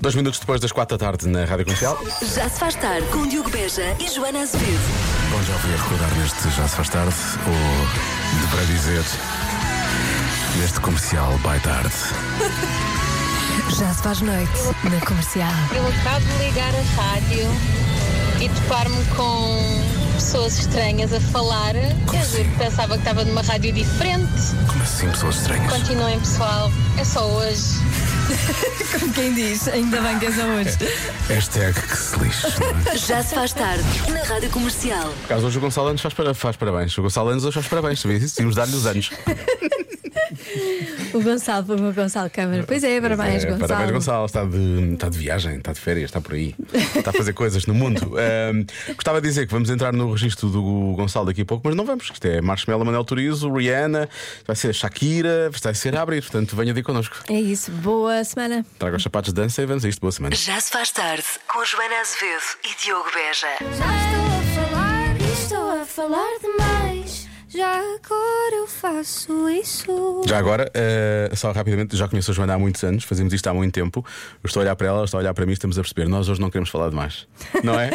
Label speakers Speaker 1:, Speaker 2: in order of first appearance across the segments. Speaker 1: Dois minutos depois das quatro da tarde na Rádio Comercial.
Speaker 2: Já se faz tarde com Diogo Beja e Joana Azevedo.
Speaker 1: Bom, já fui a recordar neste Já se faz tarde, ou deverá dizer, neste comercial by tarde.
Speaker 2: Já se faz noite na comercial.
Speaker 3: Eu acabo de ligar a rádio e topar-me com pessoas estranhas a falar. Eu juro que pensava que estava numa rádio diferente.
Speaker 1: Como assim, pessoas estranhas?
Speaker 3: Continuem, pessoal. É só hoje.
Speaker 4: Como quem diz, ainda bem que és a hoje.
Speaker 1: Hashtag que se lixe. não é?
Speaker 2: Já se faz tarde na rádio comercial.
Speaker 1: Por acaso, hoje o Gonçalo Anos faz, para- faz parabéns. O Gonçalo Anos hoje faz parabéns, sabias isso? Tínhamos de dar-lhe os anos.
Speaker 4: O Gonçalo, foi o meu Gonçalo Câmara. Pois é, parabéns,
Speaker 1: É,
Speaker 4: Gonçalo.
Speaker 1: Parabéns, Gonçalo. Está de, está de viagem, está de férias, está por aí. Está a fazer coisas no mundo. Ahm, gostava de dizer que vamos entrar no registro do Gonçalo daqui a pouco, mas não vamos. Isto é Marshmallow, Manel Turizo, Rihanna, vai ser Shakira, vai ser a abrir. Portanto, venha de connosco.
Speaker 4: É isso, boa semana.
Speaker 1: Traga os sapatos de dança e vamos a isto. Boa semana.
Speaker 2: Já se faz tarde com Joana Azevedo e Diogo Beja.
Speaker 5: Já estou a falar e estou a falar demais. Já agora eu faço isso.
Speaker 1: Já agora, eh, só rapidamente, já conheço a Joana há muitos anos, fazemos isto há muito tempo. Eu estou a olhar para ela, ela está a olhar para mim, estamos a perceber. Nós hoje não queremos falar demais, não é?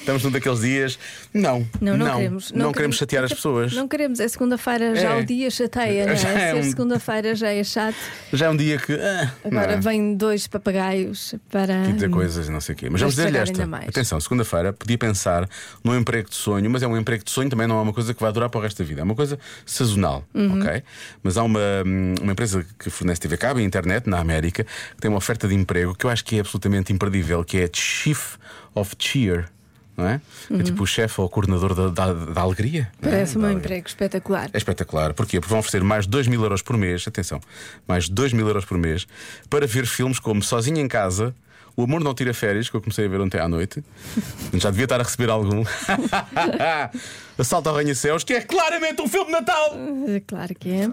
Speaker 1: estamos num daqueles dias. Não,
Speaker 4: Não, não, queremos.
Speaker 1: não queremos chatear as pessoas.
Speaker 4: Não queremos, é segunda-feira, já
Speaker 1: É.
Speaker 4: o dia chateia, não é?
Speaker 1: Já é
Speaker 4: Ser
Speaker 1: um-
Speaker 4: segunda-feira já é chato.
Speaker 1: Já é um dia que. ah,
Speaker 4: Agora
Speaker 1: não.
Speaker 4: vêm dois papagaios para.
Speaker 1: E dizer coisas e não sei o quê. Mas vamos
Speaker 4: Mas
Speaker 1: dizer-lhe
Speaker 4: estragar
Speaker 1: esta.
Speaker 4: Uhum. ainda mais.
Speaker 1: Atenção, segunda-feira podia pensar num emprego de sonho, mas é um emprego de sonho também, não é uma coisa que vai durar para o resto da vida. É uma coisa sazonal,
Speaker 4: Uhum.
Speaker 1: ok? Mas há uma, hum, uma empresa que fornece TV cabo e internet na América que tem uma oferta de emprego que eu acho que é absolutamente imperdível, que é Chief of Cheer. Não é?
Speaker 4: Uhum.
Speaker 1: é tipo o chefe ou o coordenador da, da, da alegria. não é?
Speaker 4: Parece
Speaker 1: Da
Speaker 4: um
Speaker 1: alegria.
Speaker 4: emprego espetacular.
Speaker 1: É espetacular. Porquê? Porque vão oferecer mais 2 mil euros por mês, atenção, mais 2 mil euros por mês, para ver filmes como Sozinho em Casa, O Amor Não Tira Férias, que eu comecei a ver ontem à noite, já devia estar a receber algum, Assalto ao Ranha-Céus, que é claramente um filme de Natal,
Speaker 4: Claro que é.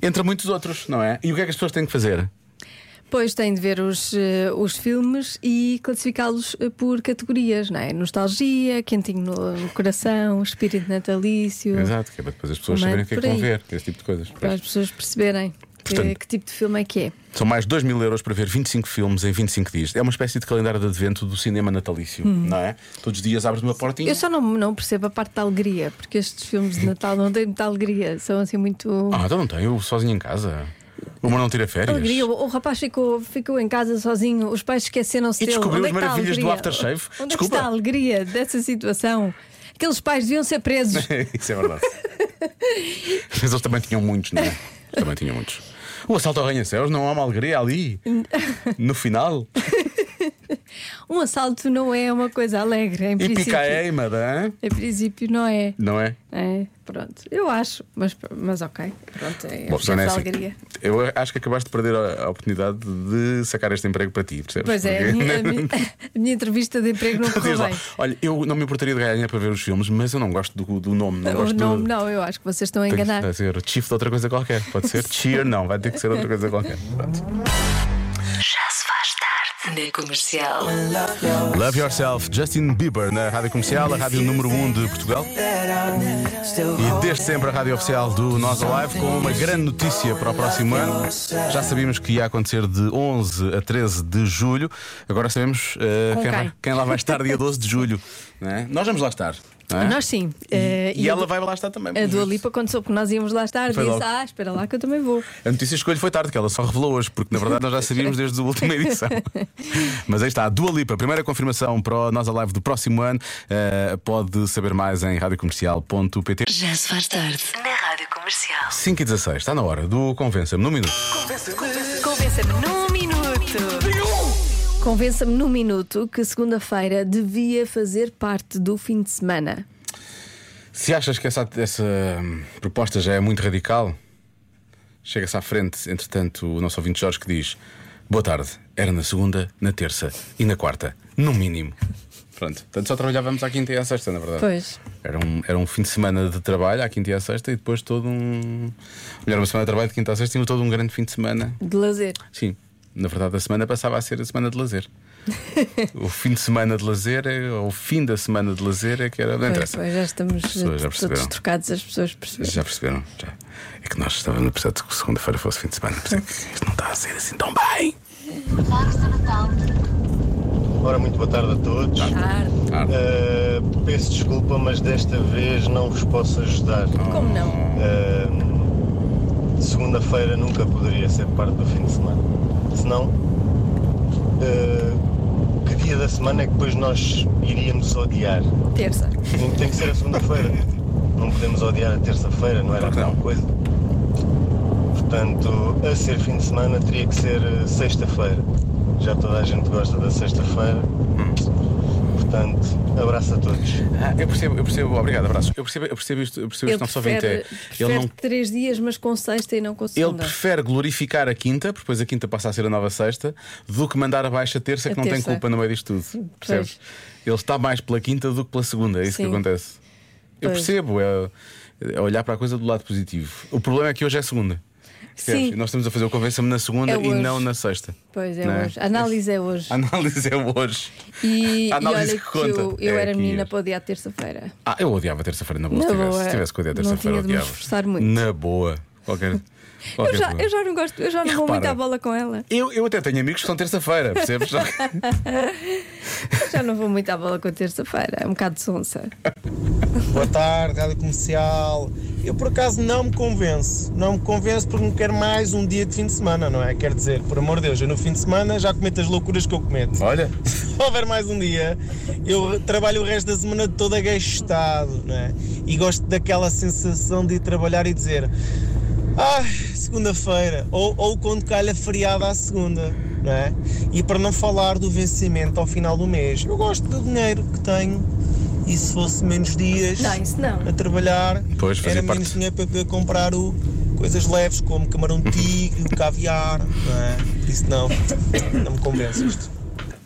Speaker 1: entre muitos outros, não é? E o que é que as pessoas têm que fazer?
Speaker 4: Pois têm de ver os, eh, os filmes e classificá-los eh, por categorias, não é? Nostalgia, quentinho no, no coração, espírito natalício.
Speaker 1: Exato, que é para depois as pessoas
Speaker 4: Mas
Speaker 1: saberem o que é que
Speaker 4: Hum. por
Speaker 1: vão
Speaker 4: aí.
Speaker 1: ver, esse tipo de coisas.
Speaker 4: Para as pessoas perceberem que-
Speaker 1: Portanto-
Speaker 4: que tipo de filme é que é.
Speaker 1: São mais 2 mil euros para ver 25 filmes em 25 dias. É uma espécie de calendário de advento do cinema natalício, não é? Todos os dias abres uma portinha.
Speaker 4: Hum. Eu só não, não percebo a parte da alegria, porque estes filmes de Natal não têm muita alegria, são assim muito.
Speaker 1: Ah, então não tenho, sozinho em casa. Uma não tira férias.
Speaker 4: Alegria, o, o rapaz ficou, ficou em casa sozinho, os pais esqueceram-se
Speaker 1: E
Speaker 4: dele.
Speaker 1: descobriu
Speaker 4: Onde é
Speaker 1: as
Speaker 4: que está a
Speaker 1: maravilhas do
Speaker 4: alegria?
Speaker 1: aftershave?
Speaker 4: Onde é que
Speaker 1: Desculpa.
Speaker 4: está a alegria dessa situação? Aqueles pais deviam ser presos.
Speaker 1: Isso é verdade. Mas eles também tinham muitos, não é? Eles também tinham muitos. O assalto ao Ranha-Céus não há uma alegria ali. No final.
Speaker 4: Um assalto não é uma coisa alegre, em
Speaker 1: E
Speaker 4: princípio.
Speaker 1: pica é? a eimada, hã?
Speaker 4: Em princípio, não é.
Speaker 1: não é?
Speaker 4: É, pronto, eu acho, mas, mas ok. Pronto, é,
Speaker 1: Bom,
Speaker 4: é
Speaker 1: não é assim.
Speaker 4: alegria.
Speaker 1: Eu acho que acabaste de perder a, a oportunidade de sacar este emprego para ti, percebes?
Speaker 4: Pois é, a
Speaker 1: Porque-
Speaker 4: minha, a minha- a minha entrevista de emprego não
Speaker 1: Diz
Speaker 4: correu
Speaker 1: lá,
Speaker 4: bem.
Speaker 1: Olha, eu não me importaria de ganhar dinheiro para ver os filmes, mas eu não gosto do, do nome. Não
Speaker 4: O
Speaker 1: gosto
Speaker 4: nome,
Speaker 1: do...
Speaker 4: não, eu acho que vocês estão a
Speaker 1: Tem que
Speaker 4: enganar.
Speaker 1: ser chief de outra coisa qualquer. Pode ser cheer, não, vai ter que ser outra coisa qualquer. Pronto.
Speaker 2: Já se faz tarde na comercial.
Speaker 1: Love Yourself, Justin Bieber na Rádio Comercial, a rádio número 1 de Portugal. E desde sempre a rádio oficial do Nós Alive, com uma grande notícia para o próximo ano. Já sabíamos que ia acontecer de 11 a 13 de julho, agora sabemos eh,
Speaker 4: Com
Speaker 1: quem,
Speaker 4: quem?
Speaker 1: vai- quem lá vai estar dia 12 de julho. não é? Nós vamos lá estar. não é?
Speaker 4: Nós sim.
Speaker 1: E,
Speaker 4: Eh,
Speaker 1: e
Speaker 4: e a
Speaker 1: ela
Speaker 4: Du-
Speaker 1: vai lá estar também.
Speaker 4: A
Speaker 1: pelo
Speaker 4: Dua
Speaker 1: visto.
Speaker 4: Lipa, quando soube que nós íamos lá estar,
Speaker 1: Foi
Speaker 4: disse:
Speaker 1: logo.
Speaker 4: Ah, espera lá que eu também vou.
Speaker 1: A notícia de escolha foi tarde, que ela só revelou hoje, porque na verdade nós já sabíamos desde a última edição. Mas aí está, a Dua Lipa, primeira confirmação para o Nós a Live do próximo ano. Eh, pode saber mais em radiocomercial.pt.
Speaker 2: Já se faz tarde na rádio comercial.
Speaker 1: 5 e 16, está na hora do Convença-me, num minuto.
Speaker 2: Convença-me num minuto.
Speaker 4: Convença-me num minuto que segunda-feira devia fazer parte do fim de semana.
Speaker 1: Se achas que essa, essa, hum, proposta já é muito radical, chega-se à frente, entretanto, o nosso ouvinte Jorge que diz: Boa tarde, era na segunda, na terça e na quarta, no mínimo. Pronto, portanto só trabalhávamos à quinta e à sexta, na verdade.
Speaker 4: Pois.
Speaker 1: Era um, era um fim de semana de trabalho, à quinta e à sexta, e depois todo um. Melhor, uma semana de trabalho de quinta à sexta, tínhamos todo um grande fim de semana.
Speaker 4: De lazer.
Speaker 1: Sim, na verdade, a semana passava a ser a semana de lazer. o fim de semana de lazer, é- ou o fim da semana de lazer, é que era. Não
Speaker 4: Pois,
Speaker 1: interessa.
Speaker 4: pois, já estamos
Speaker 1: pessoas já
Speaker 4: todos
Speaker 1: perceberam.
Speaker 4: trocados, as pessoas perceberam.
Speaker 1: Já perceberam? Já. É que nós estávamos a precisar de que segunda-feira fosse fim de semana, por isso é que isto não está a ser assim tão bem.
Speaker 3: Relax de Natal
Speaker 6: Ora, muito boa tarde a todos.
Speaker 1: Tarde.
Speaker 6: Eh, peço desculpa, mas desta vez não vos posso ajudar.
Speaker 4: Como não?
Speaker 6: Eh, Segunda-feira nunca poderia ser parte do fim de semana. Senão, eh, que dia da semana é que depois nós iríamos odiar?
Speaker 4: Terça.
Speaker 6: Tem, tem que ser a segunda-feira. Não podemos odiar a terça-feira, não era a
Speaker 1: Claro que não.
Speaker 6: tal coisa. Portanto, a ser fim de semana teria que ser eh, sexta-feira. Já toda a gente gosta da sexta-feira.
Speaker 1: Hum.
Speaker 6: Portanto, abraço a todos.
Speaker 1: Ah, eu percebo, eu percebo, obrigado, abraços. Eu percebo, eu percebo isto, eu percebo
Speaker 4: Ele
Speaker 1: isto nosso ouvinte.
Speaker 4: prefere,
Speaker 1: É,
Speaker 4: prefere
Speaker 1: ele não
Speaker 4: três dias, mas com sexta e não com
Speaker 1: Ele
Speaker 4: segunda.
Speaker 1: prefere glorificar a quinta, porque depois a quinta passa a ser a nova sexta, do que mandar abaixo a terça, que
Speaker 4: A
Speaker 1: não tem
Speaker 4: terça.
Speaker 1: culpa no meio disto tudo. Percebes? Ele está mais pela quinta do que pela segunda, é isso que
Speaker 4: Sim.
Speaker 1: acontece. Eu
Speaker 4: Pois.
Speaker 1: percebo, é, é olhar para a coisa do lado positivo. O problema é que hoje é segunda. percebes?
Speaker 4: Sim.
Speaker 1: Nós estamos a fazer o convença-me na segunda
Speaker 4: É
Speaker 1: e
Speaker 4: hoje.
Speaker 1: não na sexta.
Speaker 4: Pois é,
Speaker 1: Não é?
Speaker 4: hoje. A análise é hoje.
Speaker 1: A análise é hoje.
Speaker 4: E, e
Speaker 1: A análise
Speaker 4: olha
Speaker 1: que conta
Speaker 4: eu, eu
Speaker 1: é
Speaker 4: era
Speaker 1: aqui
Speaker 4: menina
Speaker 1: hoje.
Speaker 4: para odiar terça-feira.
Speaker 1: Ah, eu odiava terça-feira na boa.
Speaker 4: Na
Speaker 1: se, tivesse,
Speaker 4: boa.
Speaker 1: se tivesse com a ideia
Speaker 4: Não
Speaker 1: terça-feira,
Speaker 4: tinha de me
Speaker 1: odiava.
Speaker 4: esforçar muito.
Speaker 1: Na boa. Qualquer.
Speaker 4: Eu
Speaker 1: qualquer
Speaker 4: já,
Speaker 1: coisa.
Speaker 4: eu já não gosto, eu já não
Speaker 1: E
Speaker 4: vou
Speaker 1: repara-
Speaker 4: muito à bola com ela.
Speaker 1: Eu, eu até tenho amigos que são terça-feira, percebes? Já-
Speaker 4: Já não vou muito à bola com terça-feira. É um bocado de sonsa.
Speaker 7: Boa tarde, Rádio Comercial. Eu por acaso não me convenço. Não me convenço porque não quero mais um dia de fim de semana, não é? Quer dizer, por amor de Deus, eu no fim de semana já cometo as loucuras que eu cometo.
Speaker 1: Olha.
Speaker 7: Se houver mais um dia, eu trabalho o resto da semana toda gastado, não é? E gosto daquela sensação de ir trabalhar e dizer. Ah, segunda-feira, ou, ou quando calha feriado à segunda, não é? E para não falar do vencimento ao final do mês, eu gosto do dinheiro que tenho e se fosse menos dias
Speaker 4: Não, isso não.
Speaker 7: a trabalhar,
Speaker 1: Pois, fazia
Speaker 7: era
Speaker 1: parte. Uhum.
Speaker 7: menos dinheiro para poder comprar o, coisas leves como camarão tigre, o caviar, não é? Por isso não, não me convence isto.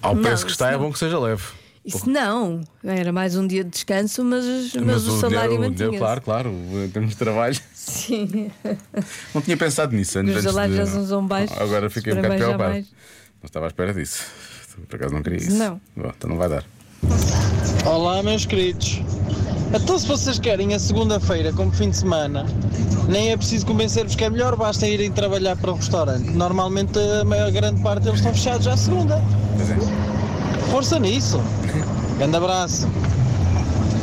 Speaker 1: Ao
Speaker 4: Não,
Speaker 1: preço que está,
Speaker 4: isso
Speaker 1: é bom que seja leve.
Speaker 4: Isso não. Era mais um dia de descanso, mas, mas, o salário
Speaker 1: dinheiro- o
Speaker 4: mantinha
Speaker 1: dinheiro, claro, claro, o- em termos de trabalho.
Speaker 4: Sim.
Speaker 1: Não tinha pensado nisso antes.
Speaker 4: Os
Speaker 1: antes
Speaker 4: salários
Speaker 1: de-
Speaker 4: já são- são baixos,
Speaker 1: Agora fiquei um
Speaker 4: para
Speaker 1: bocado
Speaker 4: baixar
Speaker 1: preocupado.
Speaker 4: mais.
Speaker 1: Não estava à espera disso. Por acaso não queria isso.
Speaker 4: Não.
Speaker 1: Bom, então não vai dar.
Speaker 8: Olá, meus queridos. Então, se vocês querem a segunda-feira como fim de semana, nem é preciso convencer-vos que é melhor, basta irem trabalhar para o restaurante. Normalmente, a maior grande parte deles estão fechados à segunda.
Speaker 1: Pois é.
Speaker 8: Força nisso. Grande abraço.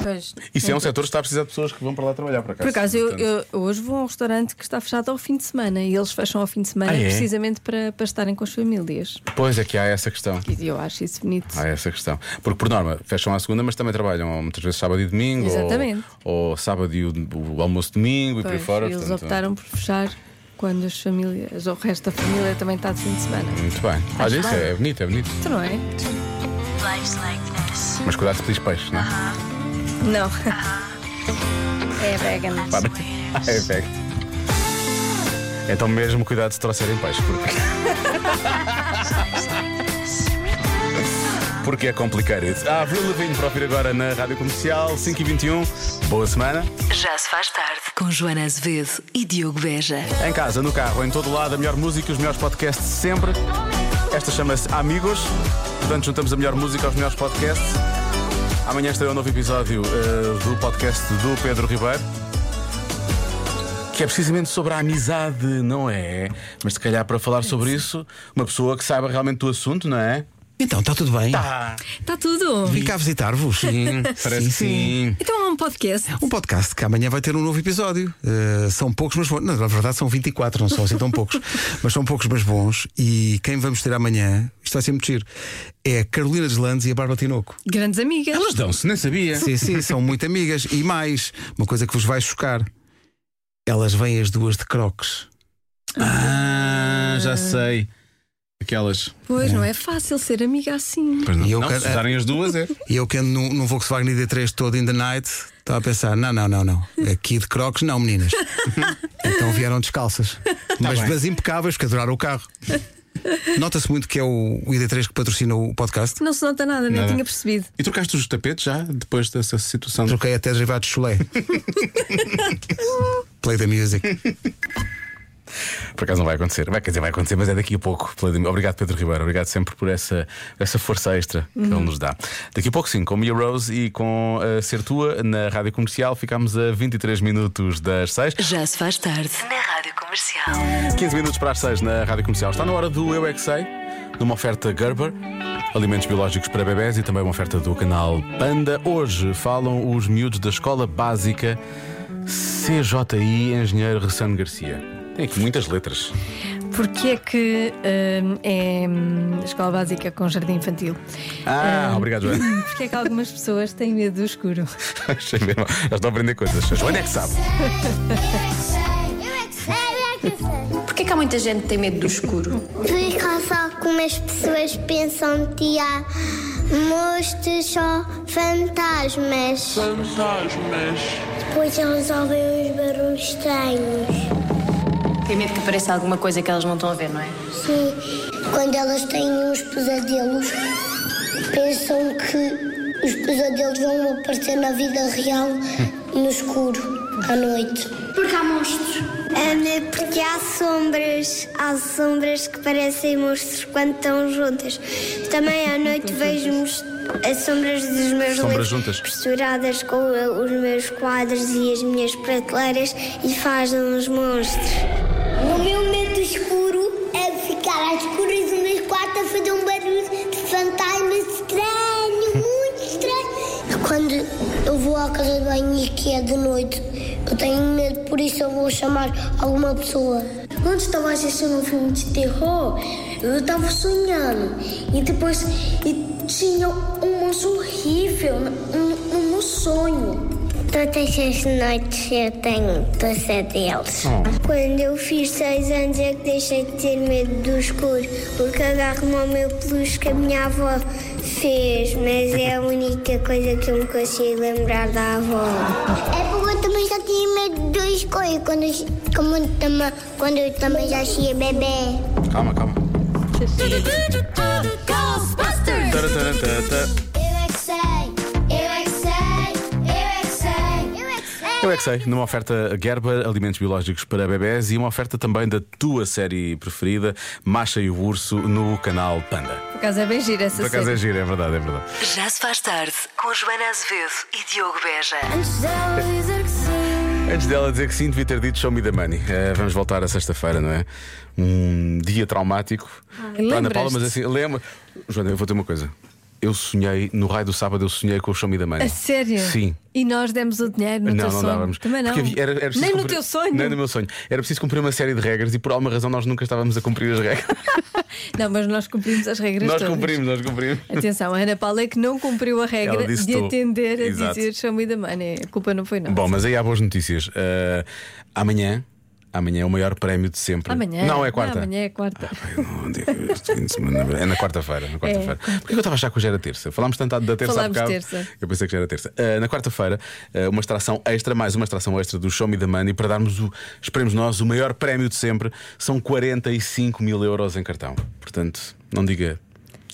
Speaker 4: Pois.
Speaker 1: Isso é um setor que está a precisar de pessoas que vão para lá trabalhar, por acaso.
Speaker 4: Então. Por acaso, eu,
Speaker 1: Portanto,
Speaker 4: eu hoje vou a um restaurante que está fechado ao fim de semana e eles fecham ao fim de semana
Speaker 1: Ah, é?
Speaker 4: precisamente para, para estarem com as famílias.
Speaker 1: Pois é que há essa questão.
Speaker 4: E eu acho isso bonito.
Speaker 1: Há essa questão. Porque, por norma, fecham à segunda, mas também trabalham muitas vezes sábado e domingo. ou-
Speaker 4: Exatamente.
Speaker 1: Ou, sábado e o, o almoço de domingo e por aí
Speaker 4: Pois,
Speaker 1: fora.
Speaker 4: eles
Speaker 1: portanto,
Speaker 4: optaram por fechar quando as famílias, o resto da família também está de fim de semana.
Speaker 1: Muito bem. Olha, isso
Speaker 4: bem.
Speaker 1: é, é bonito, é bonito.
Speaker 4: Tu não é?
Speaker 1: Mas cuidado se diz peixe, não é?
Speaker 4: Não.
Speaker 3: É vegan.
Speaker 1: Pá, mas- Ah, é pega. Então mesmo cuidado se trouxerem peixe, porque. Porque é complicado isso. Ah, Avril Lavigne para ouvir agora na Rádio Comercial, 5h21. Boa semana.
Speaker 2: Já se faz tarde. Com Joana Azevedo e Diogo Beja.
Speaker 1: Em casa, no carro, em todo lado, a melhor música e os melhores podcasts de sempre. Esta chama-se Amigos. Portanto, juntamos a melhor música aos melhores podcasts. Amanhã estará um novo episódio eh, do podcast do Pedro Ribeiro. Que é precisamente sobre a amizade, não é? Mas se calhar para falar sobre isso, uma pessoa que saiba realmente do assunto, não é?
Speaker 9: Então, está tudo bem?
Speaker 2: Está tudo.
Speaker 9: Vim cá visitar-vos. Sim,
Speaker 1: Parece que sim.
Speaker 2: Então há um podcast.
Speaker 9: Um podcast que amanhã vai ter um novo episódio. Eh, são poucos, mas bons. Não, na verdade, são 24, não são assim tão poucos. mas são poucos, mas bons. E quem vamos ter amanhã, isto vai ser muito giro, é a Carolina Deslandes e a Bárbara Tinoco.
Speaker 2: Grandes amigas.
Speaker 1: Elas dão-se, nem sabia.
Speaker 9: Sim, sim, são muito amigas. E mais, uma coisa que vos vai chocar: elas vêm as duas de croques.
Speaker 1: Ah, já sei. Aquelas.
Speaker 4: Pois, não é fácil ser amiga assim.
Speaker 1: Pois não,
Speaker 9: E eu
Speaker 1: não,
Speaker 9: quero-
Speaker 1: se usarem as duas, é.
Speaker 9: E eu que ando num, num Volkswagen ID3 todo in the night, estava a pensar: não, não, não, não. Aqui de croques, não, meninas. então vieram descalças.
Speaker 1: Tá
Speaker 9: Mas, mas impecáveis, que adoraram o carro. Nota-se muito que é o, o ID3 que patrocina o podcast.
Speaker 4: Não se nota nada, nem
Speaker 1: Nada.
Speaker 4: tinha percebido.
Speaker 1: E trocaste os tapetes já depois dessa situação?
Speaker 9: Troquei até derivado de chulé. Play the music.
Speaker 1: Por acaso não vai acontecer. Vai, quer dizer, vai acontecer, mas é daqui a pouco. Vladimir. Obrigado, Pedro Ribeiro. Obrigado sempre por essa, essa força extra que ele nos dá. Daqui a pouco, sim, com Mia Rose e com a Ser Tua na rádio comercial. Ficámos a 23 minutos das 6.
Speaker 2: Já se faz tarde. Na Rádio Comercial.
Speaker 1: 15 minutos para as 6 na rádio comercial. Está na hora do Eu é que Sei, numa oferta Gerber. alimentos biológicos para bebés e também uma oferta do canal Panda. Hoje falam os miúdos da Escola Básica CJI Engenheiro Ressano Garcia. Tem aqui muitas letras.
Speaker 4: Porquê é que hum, é hum, escola básica com jardim infantil?
Speaker 1: Ah, obrigado, Joana.
Speaker 4: Porquê é que algumas pessoas têm medo do escuro?
Speaker 1: Achei mesmo. Elas estão a aprender coisas. A Joana é que sabe.
Speaker 10: Porquê que há muita gente que tem medo do escuro?
Speaker 5: Porque só como as pessoas pensam que há monstros só fantasmas. Fantasmas. Depois eles ouvem uns barulhos estranhos.
Speaker 10: Tem medo que apareça alguma coisa que elas não estão a ver, não é?
Speaker 5: Sim, quando elas têm uns pesadelos, pensam que os pesadelos vão aparecer na vida real no escuro, à noite. Porque há monstros. porque há sombras, há sombras que parecem monstros quando estão juntas. Também à noite vejo mos- as sombras dos meus
Speaker 1: Sombras
Speaker 5: livros
Speaker 1: juntas.
Speaker 5: misturadas com uh, os meus quadros e as minhas prateleiras e fazem uns monstros. O meu medo escuro é ficar às escuras no meu quarto a fazer um barulho de fantasma estranho, muito estranho. Quando eu vou à casa de banho e que é de noite, eu tenho medo, por isso eu vou chamar alguma pessoa. Quando estava assistindo um filme de terror, eu estava sonhando e depois e tinha um monstro horrível no, no, no sonho. Todas as noites eu tenho pesadelos. Quando eu fiz seis anos é que deixei de ter medo do escuro, porque agarro-me ao meu peluche que a minha avó fez, mas é a única coisa que eu me consigo lembrar da avó. É porque eu também já tinha medo do escuro quando, eu- como eu tama- quando eu também já tinha bebê.
Speaker 1: Calma, calma.
Speaker 10: Ghostbusters!
Speaker 1: Tarantarantata.
Speaker 5: Eu é que sei, eu é que sei, eu é que sei, eu é que sei.
Speaker 1: Eu é que sei, numa oferta Gerber, alimentos biológicos para bebés e uma oferta também da tua série preferida, Macha e o Urso, no canal Panda.
Speaker 4: Por acaso é bem giro essa
Speaker 1: Por acaso
Speaker 4: série.
Speaker 1: é giro, é verdade, é verdade.
Speaker 2: Já se faz tarde com Joana Azevedo e Diogo Beja.
Speaker 5: Antes dela dizer que sim.
Speaker 1: Antes dela dizer que sim, devia ter dito show me the money. Eh, vamos voltar a sexta-feira, não é? Um dia traumático para a Ana Paula,
Speaker 4: lembras-te?
Speaker 1: mas assim, lembra. Joana, eu vou ter uma coisa. Eu sonhei, no raio do sábado, eu sonhei com o show me the money.
Speaker 4: A sério?
Speaker 1: Sim.
Speaker 4: E nós demos o dinheiro no
Speaker 1: não,
Speaker 4: teu
Speaker 1: não
Speaker 4: sonho.
Speaker 1: dávamos.
Speaker 4: Também não.
Speaker 1: Porque havia- era- era preciso
Speaker 4: Nem no
Speaker 1: cumprir-
Speaker 4: teu sonho.
Speaker 1: Nem no meu sonho. Era preciso cumprir uma série de regras e por alguma razão nós nunca estávamos a cumprir as regras.
Speaker 4: Não, mas nós cumprimos as regras
Speaker 1: nós
Speaker 4: todas.
Speaker 1: cumprimos, nós cumprimos.
Speaker 4: Atenção, a Ana Paula é que não cumpriu a regra
Speaker 1: Ela disse
Speaker 4: de
Speaker 1: tu.
Speaker 4: atender a
Speaker 1: Exato.
Speaker 4: dizer show me the money. A culpa não foi nossa.
Speaker 1: Bom, mas aí há boas notícias. Eh, amanhã, amanhã é o maior prémio de sempre.
Speaker 4: amanhã.
Speaker 1: Não, é quarta.
Speaker 4: Não, amanhã é quarta.
Speaker 1: Onde é que este fim de semana- É na quarta-feira. Na quarta-feira. Porque eu estava a achar que hoje era terça. Falámos tanto da terça
Speaker 4: É. Falámos
Speaker 1: há bocado.
Speaker 4: terça.
Speaker 1: Eu pensei que já era terça. Ah, na quarta-feira, ah, uma extração extra, mais uma extração extra do Show Me the Money para darmos o, esperemos nós, o maior prémio de sempre. São 45 mil euros em cartão. Portanto, não diga.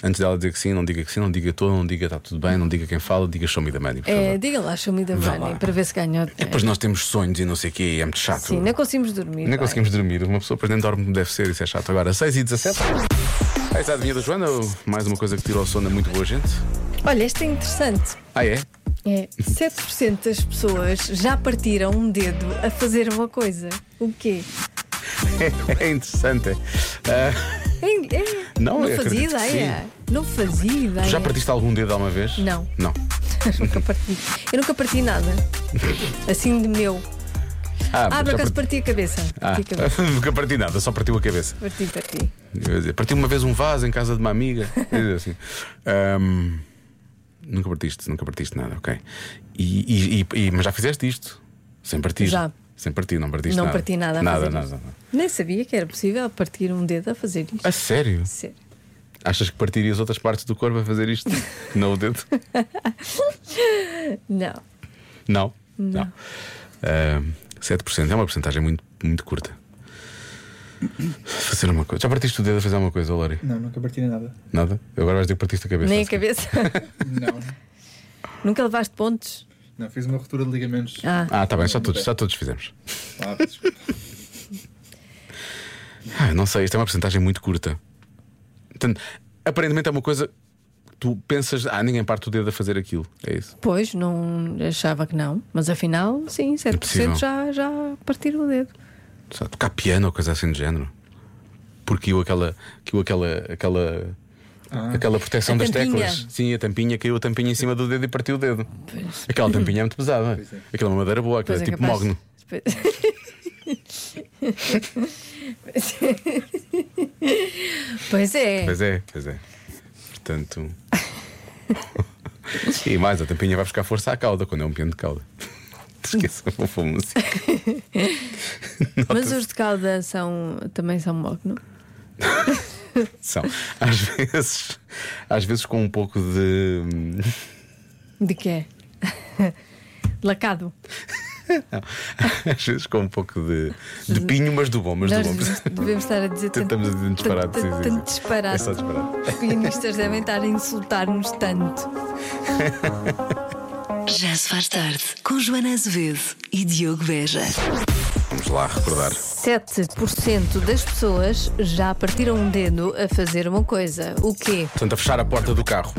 Speaker 1: Antes dela dizer que sim, não diga que sim, não diga todo, não diga está tudo bem, não diga quem fala, diga show me the money. por
Speaker 4: É,
Speaker 1: favor.
Speaker 4: diga lá, show me the
Speaker 1: Vá
Speaker 4: money,
Speaker 1: lá. É,
Speaker 4: para ver se ganhou.
Speaker 1: E depois nós temos sonhos e não sei o quê, e é muito chato.
Speaker 4: Sim, não é? conseguimos dormir.
Speaker 1: Nem
Speaker 4: vai.
Speaker 1: conseguimos dormir. Uma pessoa depois nem dorme como deve ser, isso é chato. Agora, 6 e 17 Eis a adivinha da Joana, mais uma coisa que tirou o sono a muito boa gente.
Speaker 4: Olha, este é interessante.
Speaker 1: Ah, é?
Speaker 4: É, 7% das pessoas já partiram um dedo a fazer uma coisa. O quê?
Speaker 1: É interessante. Ah,
Speaker 4: É, é.
Speaker 1: Não, eu
Speaker 4: fazia
Speaker 1: acredito que
Speaker 4: ideia. Não fazia ideia.
Speaker 1: tu já partiste algum dedo alguma vez?
Speaker 4: Não.
Speaker 1: Não.
Speaker 4: nunca parti. Eu nunca parti nada. Assim de meu. Ah, por
Speaker 1: já
Speaker 4: acaso
Speaker 1: parti-
Speaker 4: parti a cabeça. Parti a cabeça.
Speaker 1: Ah, nunca parti nada, só partiu a cabeça.
Speaker 4: Parti, parti.
Speaker 1: Eu ia dizer, Parti uma vez um vaso em casa de uma amiga. Eu ia dizer assim. ahm, nunca partiste, nunca partiste nada, ok. E, e- e- e- mas já fizeste isto? Sem partir?
Speaker 4: Já.
Speaker 1: Sem partir, não partiste
Speaker 4: Não
Speaker 1: nada.
Speaker 4: parti nada a
Speaker 1: Nada,
Speaker 4: fazer
Speaker 1: nada,
Speaker 4: isto.
Speaker 1: nada.
Speaker 4: Nem sabia que era possível partir um dedo a fazer isto.
Speaker 1: A sério?
Speaker 4: Sério.
Speaker 1: Achas que partirias outras partes do corpo a fazer isto? Não o dedo?
Speaker 4: Não.
Speaker 1: Não. Não. Ah, 7% é uma porcentagem muito, muito curta. Fazer uma coisa. Já partiste o dedo a fazer uma coisa, Lori?
Speaker 11: Não, nunca parti em nada.
Speaker 1: Nada? Eu agora vais dizer que partiste a cabeça.
Speaker 4: Nem a
Speaker 1: a seguir.
Speaker 4: cabeça.
Speaker 11: Não,
Speaker 4: Nunca levaste pontos?
Speaker 11: não, fiz uma ruptura de ligamentos.
Speaker 4: Ah,
Speaker 1: Ah, tá bem, já todos, já todos fizemos.
Speaker 11: Ah, peço desculpa.
Speaker 1: Ah, não sei, isto é uma porcentagem muito curta. Portanto, aparentemente é uma coisa que tu pensas, ah, ninguém parte o dedo a fazer aquilo. É isso.
Speaker 4: pois, não achava que não. Mas afinal,
Speaker 1: É
Speaker 4: sim, 7%
Speaker 1: Impossível.
Speaker 4: já, já partiram o dedo.
Speaker 1: É Só tocar piano ou coisa assim do género. Porque eu aquela. Que eu aquela. aquela Aquela proteção
Speaker 4: A
Speaker 1: das
Speaker 4: tampinha.
Speaker 1: teclas. Sim, a tampinha caiu a tampinha em cima do dedo e partiu o dedo. Aquela tampinha é muito pesada. Aquela é uma madeira boa, aquela
Speaker 4: Pois
Speaker 1: é
Speaker 4: é
Speaker 1: tipo
Speaker 4: capaz-
Speaker 1: mogno.
Speaker 4: Pois é.
Speaker 1: Pois é, pois é. Portanto. e mais, a tampinha vai buscar força à cauda quando é um piano de cauda. Esqueça, vou pôr música. tá.
Speaker 4: Mas os de cauda são, também são mogno.
Speaker 1: São. Às vezes, às vezes com um pouco de.
Speaker 4: De quê? Lacado.
Speaker 1: Não. Às vezes com um pouco de, de pinho, mas do bom, mas do
Speaker 4: Nós
Speaker 1: bom.
Speaker 4: devemos- devemos estar a dizer tanto-
Speaker 1: Estamos a dizer disparado, sim,
Speaker 4: tanto-
Speaker 1: sim, sim.
Speaker 4: tanto disparado.
Speaker 1: É só disparado.
Speaker 4: Os pianistas devem estar a insultar-nos tanto.
Speaker 2: Já se faz tarde com Joana Azevedo e Diogo Beja.
Speaker 1: Vamos lá recordar.
Speaker 4: 7% das pessoas já partiram um dedo a fazer uma coisa. O quê?
Speaker 1: Portanto, a fechar a porta do carro.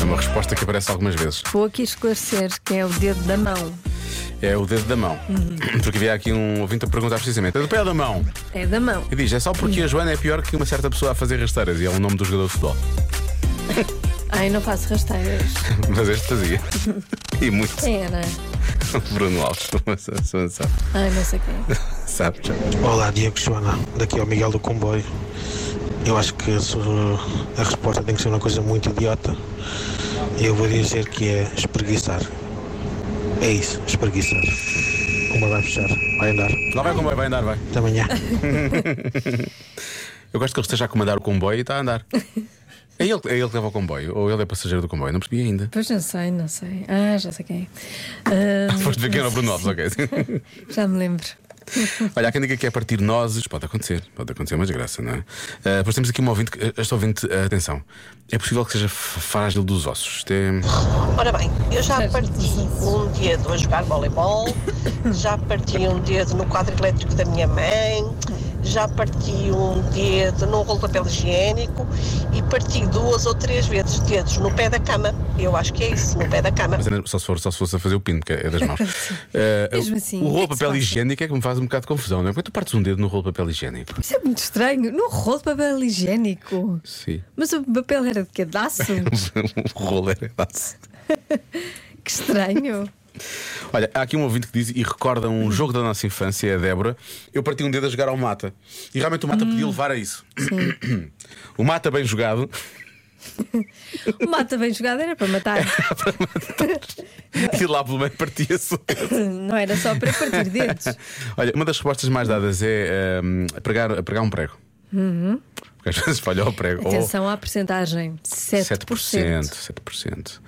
Speaker 1: É uma resposta que aparece algumas vezes.
Speaker 4: Vou aqui esclarecer que é o dedo da mão.
Speaker 1: É o dedo da mão. Porque havia aqui um ouvinte a perguntar precisamente: é do pé ou da mão?
Speaker 4: É da mão.
Speaker 1: E diz: é só porque a Joana é pior que uma certa pessoa a fazer rasteiras. E é o nome do jogador de futebol.
Speaker 4: Ai, não faço rasteiras.
Speaker 1: Mas este fazia. E muito.
Speaker 4: Quem era?
Speaker 1: Bruno Alves, não sabe.
Speaker 4: Ai, não sei quem.
Speaker 1: Sabe, já.
Speaker 12: Olá, Diego Joana, daqui é o Miguel do Comboio. Eu acho que se- a resposta tem que ser uma coisa muito idiota. Eu vou dizer que é espreguiçar. É isso, espreguiçar. Uma vai fechar, vai andar.
Speaker 1: Lá vai o comboio, vai andar, vai.
Speaker 12: Até amanhã.
Speaker 1: Eu gosto que ele esteja a comandar o comboio e está a andar. É ele, é ele que leva o comboio, ou ele é passageiro do comboio, não percebi ainda.
Speaker 4: Pois não sei, não sei. Ah, já sei quem é. Ah,
Speaker 1: Foste ver quem era o Bruno Alves, ok.
Speaker 4: já me lembro.
Speaker 1: Olha, há quem diga que é partir nozes, pode acontecer, pode acontecer uma desgraça, não é? Ah, depois temos aqui uma ouvinte, que- esta ouvinte, ah, atenção, é possível que seja f- frágil dos ossos. Isto é.
Speaker 13: Ora bem, eu já parti um dedo a jogar voleibol, já parti um dedo no quadro elétrico da minha mãe, já parti um dedo num rolo de papel higiênico e parti duas ou três vezes dedos no pé da cama. Eu acho que é isso, no pé da cama.
Speaker 1: Mas ainda só se, for, só se fosse a fazer o pino, que é das mãos. Ah,
Speaker 4: Mesmo assim,
Speaker 1: o rolo
Speaker 4: é que
Speaker 1: de
Speaker 4: se
Speaker 1: papel
Speaker 4: faz.
Speaker 1: higiênico é que me faz um bocado de confusão, não é? Quando tu partes um dedo no rolo de papel higiênico.
Speaker 4: Isso é muito estranho. Num rolo de papel higiênico.
Speaker 1: Sim.
Speaker 4: Mas o papel era de que? De aço?
Speaker 1: o rolo é era laço.
Speaker 4: Que estranho.
Speaker 1: Olha, há aqui um ouvinte que diz e recorda
Speaker 4: Hum.
Speaker 1: um jogo da nossa infância, a Débora. Eu parti um dedo a jogar ao mata. E realmente o mata
Speaker 4: Hum.
Speaker 1: podia levar a isso. o mata bem jogado.
Speaker 4: O mata bem jogado era para matar.
Speaker 1: e lá pelo meio partia-se. o dedo.
Speaker 4: Não era só para partir dedos.
Speaker 1: Olha, uma das respostas mais dadas é hum, pregar, pregar um prego.
Speaker 4: Uhum.
Speaker 1: Porque às vezes falha o prego. Oh, Ou
Speaker 4: Atenção à porcentagem: 7%,
Speaker 1: 7%.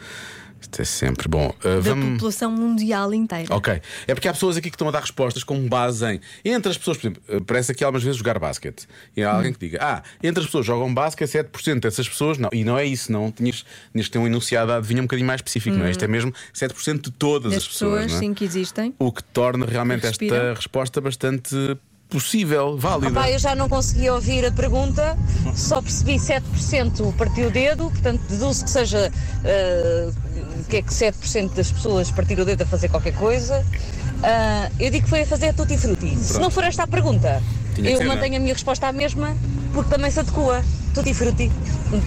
Speaker 1: Isto é sempre bom. Uh,
Speaker 4: da
Speaker 1: vamos.
Speaker 4: população mundial inteira.
Speaker 1: Ok. É porque há pessoas aqui que estão a dar respostas com base em. Entre as pessoas, por exemplo, eh, parece aqui algumas vezes jogar basquete. E há
Speaker 4: Hum.
Speaker 1: alguém que diga: Ah, entre as pessoas que jogam basquete, 7% dessas pessoas. Não, e não é isso, não. Tinhas, tinhas que ter um enunciado, adivinha um bocadinho mais específico, não é?
Speaker 4: Uhum.
Speaker 1: Isto é mesmo 7% de todas
Speaker 4: Das
Speaker 1: as pessoas.
Speaker 4: pessoas,
Speaker 1: não é?
Speaker 4: sim, que existem.
Speaker 1: O que torna realmente esta
Speaker 14: Respira.
Speaker 1: resposta bastante possível, válida.
Speaker 14: Opa, eu já não consegui ouvir a pergunta, só percebi 7% partiu o dedo, portanto deduzo que seja ah, que é que 7% das pessoas partiram o dedo a fazer qualquer coisa. Ah, eu digo que foi a fazer tutti frutti. Se
Speaker 15: Pronto.
Speaker 14: não for esta a pergunta,
Speaker 15: Tinha que
Speaker 14: eu
Speaker 15: ser, não é?
Speaker 14: mantenho a minha resposta à mesma, porque também se adequa. Tutti frutti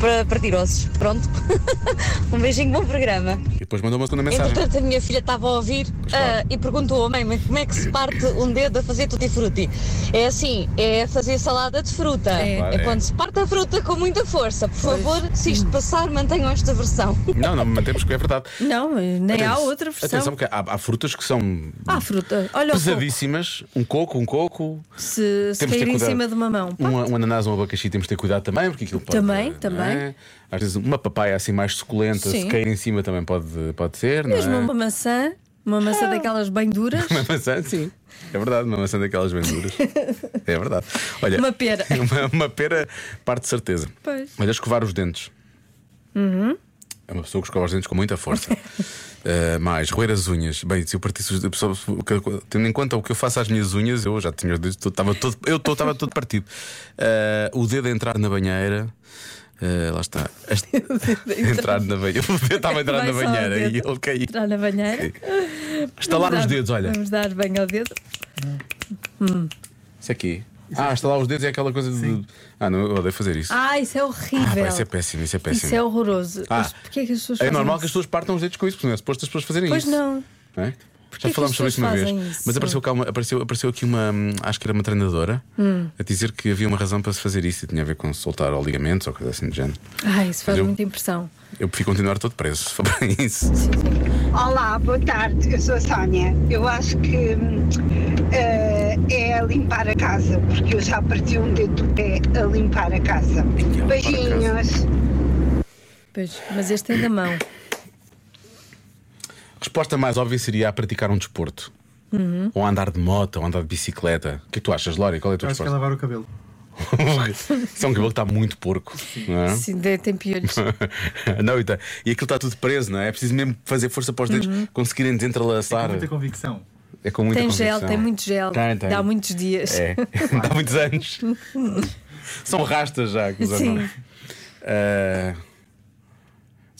Speaker 14: para partir ossos. Pronto. um beijinho, bom programa.
Speaker 1: E depois mandou uma segunda mensagem.
Speaker 14: Entretanto, a minha filha estava a ouvir ah, e perguntou à mãe "Mãe, como é que se parte um dedo a fazer tutti frutti. É assim, é fazer salada de fruta. É,
Speaker 1: Claro, é.
Speaker 14: quando se parte a fruta com muita força. Por favor, se isto passar, mantenham esta versão.
Speaker 1: Não, não, mantemos que é verdade.
Speaker 4: Não, nem há
Speaker 1: Atenção-
Speaker 4: outra versão.
Speaker 1: Atenção, porque há, há frutas que são
Speaker 4: Há fruta. Olha o coco.
Speaker 1: pesadíssimas. Um coco, um coco.
Speaker 4: Se,
Speaker 1: Temos de
Speaker 4: se
Speaker 1: ter
Speaker 4: cair em
Speaker 1: cuidado.
Speaker 4: cima de uma mão. Pá,
Speaker 1: Um, um ananás, um abacaxi, temos de ter cuidado também, porque aquilo pode.
Speaker 4: Também,
Speaker 1: não é?
Speaker 4: também.
Speaker 1: Às vezes uma papaya assim mais suculenta, se
Speaker 4: Sim.
Speaker 1: cair em cima também pode, pode ser,
Speaker 4: Mesmo
Speaker 1: não
Speaker 4: uma
Speaker 1: é? Ah.
Speaker 4: maçã, uma maçã daquelas bem duras,
Speaker 1: Uma maçã, sim. É verdade, uma maçã daquelas bem duras. É verdade. Olha,
Speaker 4: uma pera.
Speaker 1: uma, uma pera parte de certeza.
Speaker 4: Pois.
Speaker 1: Olha, escovar os dentes.
Speaker 4: Uhum.
Speaker 1: É uma pessoa que escova os dentes com muita força. Uh, mais, roer as unhas. Bem, se eu partisse os pessoa- tendo em conta o que eu faço às minhas unhas, eu já tinha os dedos, todo- estava todo, eu todo- estava todo partido. Uh, o dedo a entrar na banheira. uh, lá está. As- entrar na banheira. O dedo estava a entrar na
Speaker 4: Vai só o
Speaker 1: banheira e
Speaker 4: dedo.
Speaker 1: ele caiu.
Speaker 4: Entrar na banheira.
Speaker 1: Estalar
Speaker 4: Vamos
Speaker 1: os
Speaker 4: dar-
Speaker 1: dedos, olha.
Speaker 4: Vamos dar banho ao dedo. Hum.
Speaker 1: Isso aqui. Ah, estalar os dedos é aquela coisa de. Ah, não, eu odeio fazer isso.
Speaker 4: Ah, isso é horrível.
Speaker 1: Ah, pá, isso é péssimo, isso é péssimo.
Speaker 4: Isso é horroroso.
Speaker 1: Ah,
Speaker 4: Mas porquê é que as pessoas
Speaker 1: É
Speaker 4: fazem
Speaker 1: normal que
Speaker 4: isso?
Speaker 1: as pessoas partam os dedos com isso, porque não é suposto as pessoas fazerem
Speaker 4: Pois
Speaker 1: isso.
Speaker 4: não.
Speaker 1: não é?
Speaker 4: Porquê
Speaker 1: Já
Speaker 4: que
Speaker 1: falámos
Speaker 4: as
Speaker 1: sobre isso uma
Speaker 4: pessoas
Speaker 1: vez.
Speaker 4: fazem isso?
Speaker 1: Mas apareceu, cá uma, apareceu, apareceu aqui uma. hum, Acho que era uma treinadora
Speaker 4: Hum.
Speaker 1: a dizer que havia uma razão para se fazer isso e tinha a ver com soltar ou ligamentos ou coisa assim do género.
Speaker 4: Ai, Ah, isso faz
Speaker 1: Eu-
Speaker 4: muita impressão.
Speaker 1: Eu prefiro continuar todo preso se for para isso.
Speaker 15: Olá, boa tarde, eu sou a Sónia. Eu acho que hum, eh, é limpar a casa, porque eu já parti um dedo do pé a limpar a casa. Beijinhos.
Speaker 4: Pois, mas este é da mão.
Speaker 1: Resposta mais óbvia seria a praticar um desporto.
Speaker 4: Uhum.
Speaker 1: Ou a andar de moto, ou a andar de bicicleta. O que é que tu achas, Lória? Qual é a tua
Speaker 11: Acho que é
Speaker 1: resposta?
Speaker 11: lavar o cabelo.
Speaker 1: Isso é um cabelo que está muito porco. Não é?
Speaker 4: Sim, de- tem piolhos.
Speaker 1: não, e, tá, e aquilo está tudo preso, não é? É preciso mesmo fazer força para os dedos
Speaker 4: Uhum.
Speaker 1: conseguirem desentralaçar. É com muita
Speaker 11: convicção.
Speaker 1: É com muita
Speaker 4: Tem
Speaker 1: convicção.
Speaker 4: gel, tem muito gel.
Speaker 1: Tem, tem.
Speaker 4: Dá muitos dias.
Speaker 1: É. Dá muitos anos. São rastas já que
Speaker 4: Sim.
Speaker 1: usam.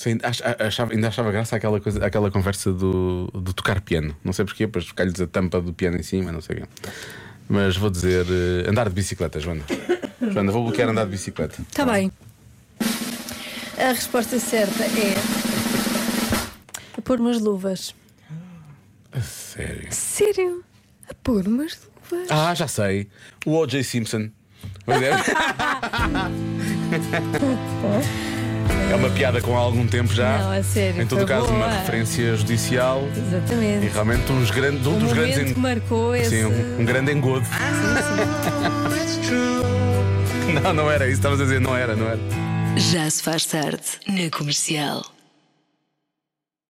Speaker 1: ainda, ach- a- achava, ainda achava graça aquela, coisa, aquela conversa do, do tocar piano. Não sei porquê, pois tocar-lhes a tampa do piano em cima, não sei o quê. Mas vou dizer eh, andar de bicicleta, Joana. Joana, vou bloquear andar de bicicleta.
Speaker 4: Está Tá bem. A resposta certa é. A pôr umas luvas.
Speaker 1: A sério.
Speaker 4: Sério? A pôr umas luvas?
Speaker 1: Ah, já sei. O O.J. Simpson. Pois é. é uma piada com há algum tempo já.
Speaker 4: Ah, Não, a sério,
Speaker 1: Em todo
Speaker 4: foi
Speaker 1: caso, uma
Speaker 4: boa.
Speaker 1: referência judicial. E
Speaker 4: Exatamente.
Speaker 1: realmente uns grandes, um
Speaker 4: O
Speaker 1: dos
Speaker 4: momento
Speaker 1: grandes.
Speaker 4: que marcou esse. Ah,
Speaker 1: Sim, um, um grande engodo. Não, não era isso, estavas a dizer, não era, não era.
Speaker 2: Já se faz tarde na comercial.